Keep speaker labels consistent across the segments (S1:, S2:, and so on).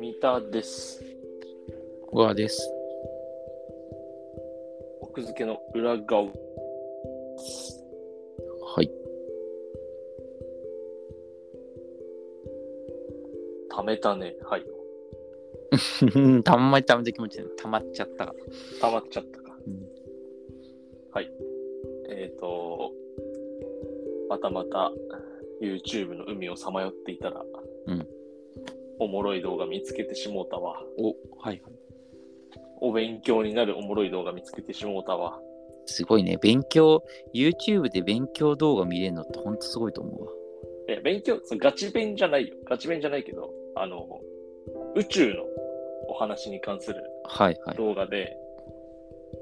S1: 三田です。
S2: 小川です。
S1: 奥付けの裏側。
S2: はい。
S1: ためたね。はい。
S2: たまにためた気持ちで、たまっちゃった。
S1: 溜まっちゃったか。
S2: うん
S1: はい。えっ、と、またまた YouTube の海をさまよっていたら、
S2: うん
S1: おもろい動画見つけてしもうたわ。
S2: お、はいはい。
S1: お勉強になるおもろい動画見つけてしもうたわ。
S2: すごいね。勉強、YouTube で勉強動画見れるのってほんとすごいと思うわ。
S1: いや、勉強、そのガチ勉じゃないよ。ガチ勉じゃないけど、あの、宇宙のお話に関する
S2: はいはい。
S1: 動画で、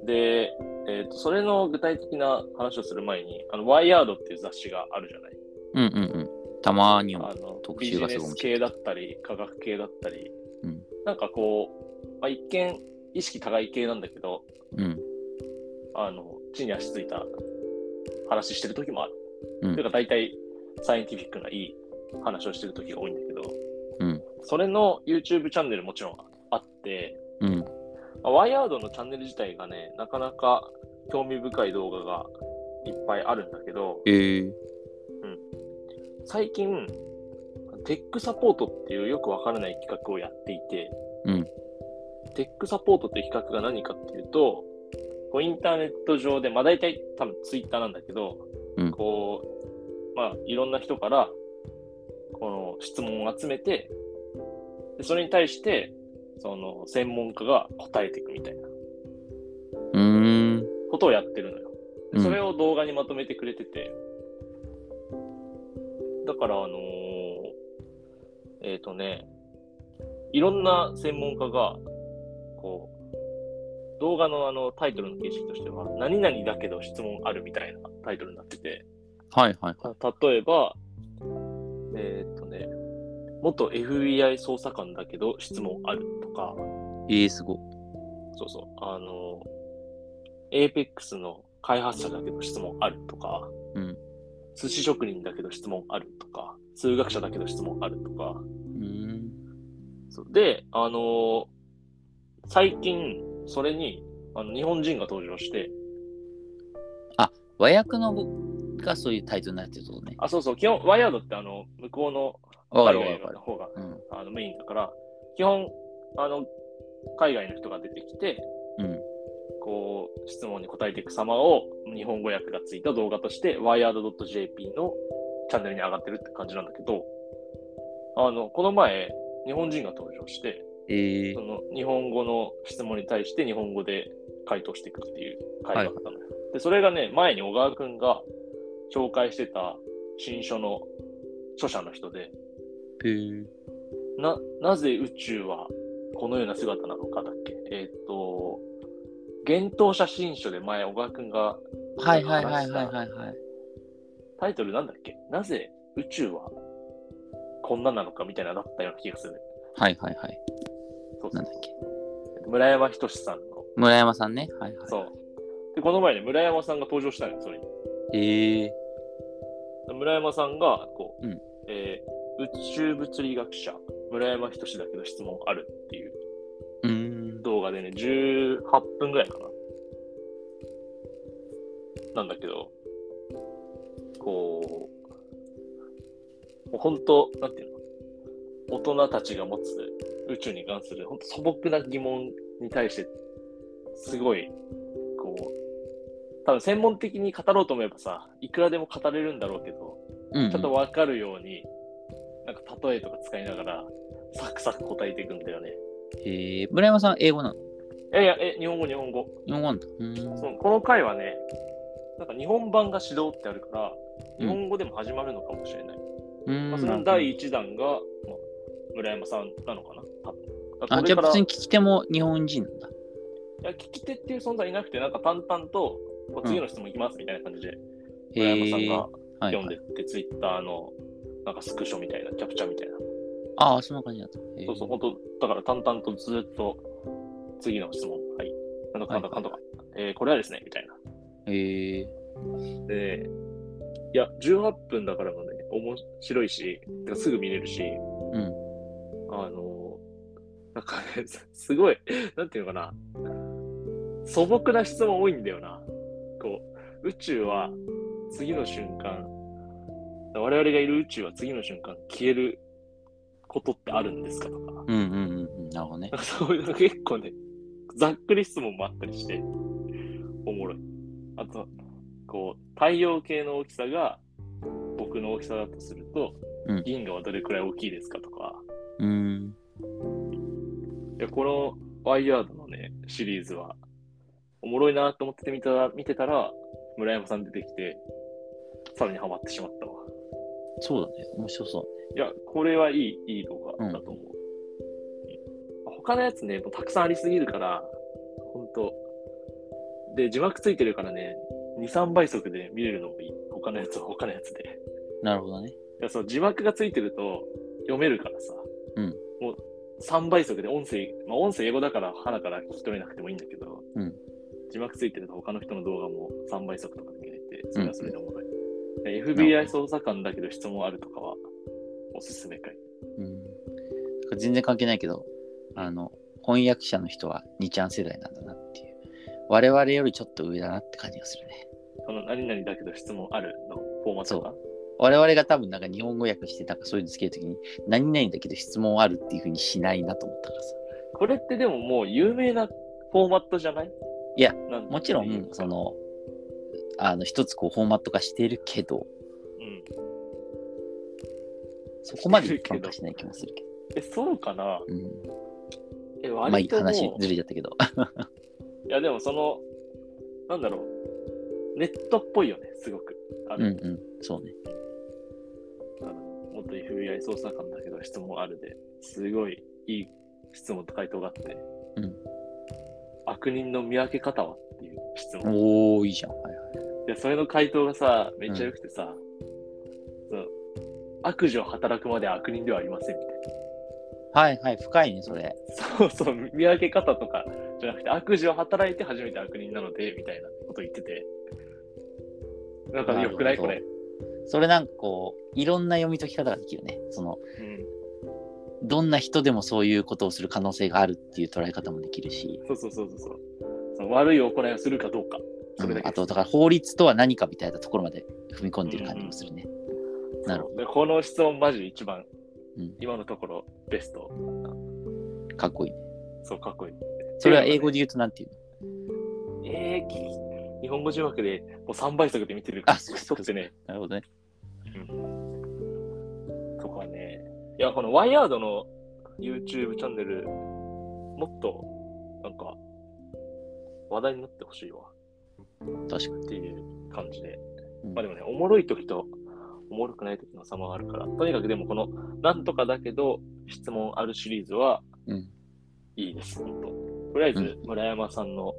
S1: で、えっ、と、それの具体的な話をする前に、あの、ワイヤードっていう雑誌があるじゃない。
S2: うんうんうん。たまに
S1: あ
S2: は。
S1: の
S2: 特
S1: ビ
S2: 集
S1: ジ
S2: がす
S1: ネ
S2: ごい
S1: ス
S2: 面白い
S1: 系だったり、科学系だったり、
S2: うん
S1: なんかこう、まあ、一見、意識高い系なんだけど、
S2: うん。
S1: あの、地に足ついた話してる時もある。
S2: うん
S1: というか、大体、サイエンティフィックないい話をしてる時が多いんだけど、
S2: うん
S1: それの YouTube チャンネルもちろんあって、
S2: うん。
S1: まあワイヤードのチャンネル自体がね、なかなか興味深い動画がいっぱいあるんだけど、
S2: えー。
S1: 最近、テックサポートっていうよくわからない企画をやっていて、
S2: うん
S1: テックサポートっていう企画が何かっていうと、こうインターネット上で、まあ、大体多分ツイッターなんだけど、
S2: うん
S1: こう、まあ、いろんな人から、この質問を集めて、でそれに対して、その、専門家が答えていくみたいな
S2: うーん。
S1: ことをやってるのよ。で
S2: うん
S1: それを動画にまとめてくれてて、だから、あのーえっ、とね、いろんな専門家が、こう、動画のあのタイトルの形式としては、何々だけど質問あるみたいなタイトルになってて、
S2: はいはい。
S1: た例えば、えっ、とね、元 FBI 捜査官だけど質問あるとか、
S2: えー、すごい。
S1: そうそう、あの、APEX の開発者だけど質問あるとか、
S2: うん
S1: 寿司職人だけど質問あるとか、数学者だけど質問あるとか、
S2: うーん。
S1: そうで、あの最近、それにあの日本人が登場して、
S2: 和訳の語がそういうタイトルになってるってことね。
S1: あ、そうそう、基本、ワイヤードってあの向こうの
S2: わかるわ
S1: 海
S2: か
S1: 外
S2: る
S1: の。方が
S2: うん。
S1: あのメインだから、基本、あの海外の人が出てきて、
S2: うん。
S1: こう質問に答えていく様を日本語訳がついた動画として wired.jp のチャンネルに上がってるって感じなんだけどあのこの前日本人が登場して
S2: え
S1: そ
S2: ー。
S1: の日本語の質問に対して日本語で回答していくっていう回だったのよ、でそれがね前に小川君が紹介してた新書の著者の人で
S2: えー。
S1: な、なぜ宇宙はこのような姿なのかだっけえーっ、と、幻冬写真書で前、小川くんが
S2: はいはいはいはいはいはい。
S1: タイトルなんだっけなぜ宇宙はこんななのかみたいなのだったような気がする。
S2: はいはいはい。
S1: そうそ
S2: な
S1: うん
S2: だっけ。
S1: 村山仁さんの。
S2: 村山さんね。はいはい。
S1: そう。で、この前ね、村山さんが登場したのよ、それに。
S2: えー。
S1: 村山さんが、こう、
S2: うん
S1: えー宇宙物理学者、村山仁だけど質問あるっていう
S2: うーん。
S1: 動画でね、18分ぐらいかな。なんだけど、こう、もう本当、なんていうの、大人たちが持つ宇宙に関する、本当素朴な疑問に対して、すごい、こう、多分専門的に語ろうと思えばさ、いくらでも語れるんだろうけど、
S2: うん
S1: ちょっとわかるように、なんか例えとか使いながら、サクサク答えていくんだよね。
S2: えー、村山さん、英語なの
S1: いやいや、え、日本語、日本語。
S2: 日本語なんだ。うーん
S1: そのこの回はね、なんか日本版が指導ってあるから、日本語でも始まるのかもしれない。
S2: うーん
S1: まあ、その第1弾が、まあ、村山さんなのかな、多分だから
S2: あ、
S1: こ
S2: じ
S1: れ
S2: ゃ
S1: か
S2: あ
S1: ら
S2: 別に聞き手も日本人なんだ。
S1: いや聞き手っていう存在いなくて、なんか淡々と、こう次の質問いきますみたいな感じで、
S2: へ
S1: 村山さん
S2: ー
S1: が
S2: はい
S1: 読ん
S2: は
S1: で
S2: い。
S1: って、ツイッターのなんかスクショみたいな、キャプチャーみたいな。
S2: ああ、そんな感じだった。へー
S1: そうそう、本当だから淡々とずっと次の質問、はい。なんとかなんとかなんとか、えーこれはですね、みたいな。
S2: へえ
S1: で、いや、18分だからもね、面白いし、てかすぐ見れるし、
S2: うん。
S1: あの、なんかね、 すすごい、なんていうのかな、素朴な質問多いんだよな。こう、宇宙は次の瞬間、我々がいる宇宙は次の瞬間消えることってあるんですかとか、
S2: うんうんうんうん。なるほどね
S1: なん。かそういうの結構ね、ざっくり質問もあったりして、おもろい。あと、こう、太陽系の大きさが僕の大きさだとすると、
S2: うん
S1: 銀河はどれくらい大きいですかとか、
S2: うーん。
S1: いや、このワイヤードのね、シリーズは、おもろいなと思ってて見たら、見てたら、村山さん出てきて、さらにハマってしまったわ。
S2: そうだね。面白そう。
S1: いや、これはいい、いい動画だと思う。他のやつね、もうたくさんありすぎるから、ほんと。で、字幕ついてるからね、2、3倍速で見れるのもいい。他のやつは他のやつで。
S2: なるほどね。
S1: いやそう字幕がついてると読めるからさ、
S2: うん
S1: もう3倍速で音声、まあ、音声英語だから鼻から聞き取れなくてもいいんだけど、
S2: うん
S1: 字幕ついてると他の人の動画も3倍速とかで見れて、それはそれでおもろい。で
S2: な
S1: FBI 捜査官だけど質問あるとかはおすすめかい。
S2: うん。だから全然関係ないけど、あの、翻訳者の人は2ちゃん世代なんだなっていう。我々よりちょっと上だなって感じがするね。
S1: その何々だけど質問あるのフォーマットが。
S2: 我々が多分なんか日本語訳してなんかそういうのつけるときに何々だけど質問あるっていうふうにしないなと思ったからさ。
S1: これってでももう有名なフォーマットじゃない
S2: いや
S1: なんていうか、
S2: もちろん、その、あの、一つこうフォーマット化してるけど、
S1: うん。
S2: そこまで一般化しない気もするけど。
S1: え、そうかな
S2: うん、
S1: え、
S2: まあいい
S1: 割ともう、
S2: 話ずれちゃったけど。
S1: いや、でもその、なんだろう、ネットっぽいよね、すごく。あ
S2: うん
S1: の、
S2: うん、そうね。
S1: 元 FBI 捜査官だけど質問あるで、すごいいい質問と回答があって、
S2: うん
S1: 悪人の見分け方はっていう質問。
S2: おおいいじゃん。はいはい。
S1: で、それの回答がさ、めっちゃ良くてさ、その悪女を働くまで悪人ではありませんみたい
S2: はいはい、深いね、それ。
S1: な。そうそう、見分け方とかじゃなくて、悪女を働いて初めて悪人なので、みたいなこと言ってて。なんか良くない
S2: なるほど
S1: これ。
S2: それなんかこう、いろんな読み解き方ができるね。その、
S1: うん
S2: どんな人でもそういうことをする可能性があるっていう捉え方もできるし、
S1: そうそうそうそうそう。その悪い行いをするかどうか。それだけ
S2: うんあ
S1: です、
S2: と、だから法律とは何かみたいなところまで踏み込んでる感じもするね。なるほ
S1: ほど。この質問マジ一番、
S2: うん
S1: 今のところベスト。
S2: ど。かっこいいね。
S1: そう、かっこいい。
S2: それは英語で言うとなんていうの
S1: えー、き日本語字幕でもう3倍速で見てる
S2: あ
S1: から、
S2: そうそうそう
S1: ってね。
S2: なるほどね。
S1: とかね。いや、このワイヤードの YouTube チャンネル、もっと、なんか、話題になってほしいわ。
S2: 確かに。
S1: っていう感じで。
S2: うん
S1: まあでもね、おもろい時と、おもろくない時の差もあるから、とにかくでもこの、なんとかだけど、質問あるシリーズは
S2: うん。
S1: いいです、本当とりあえず、
S2: う
S1: 村山さんの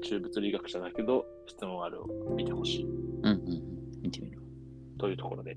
S1: 宇宙物理学者だけど、質問あるを見てほしい
S2: うんうんうん。見てみる。
S1: というところで、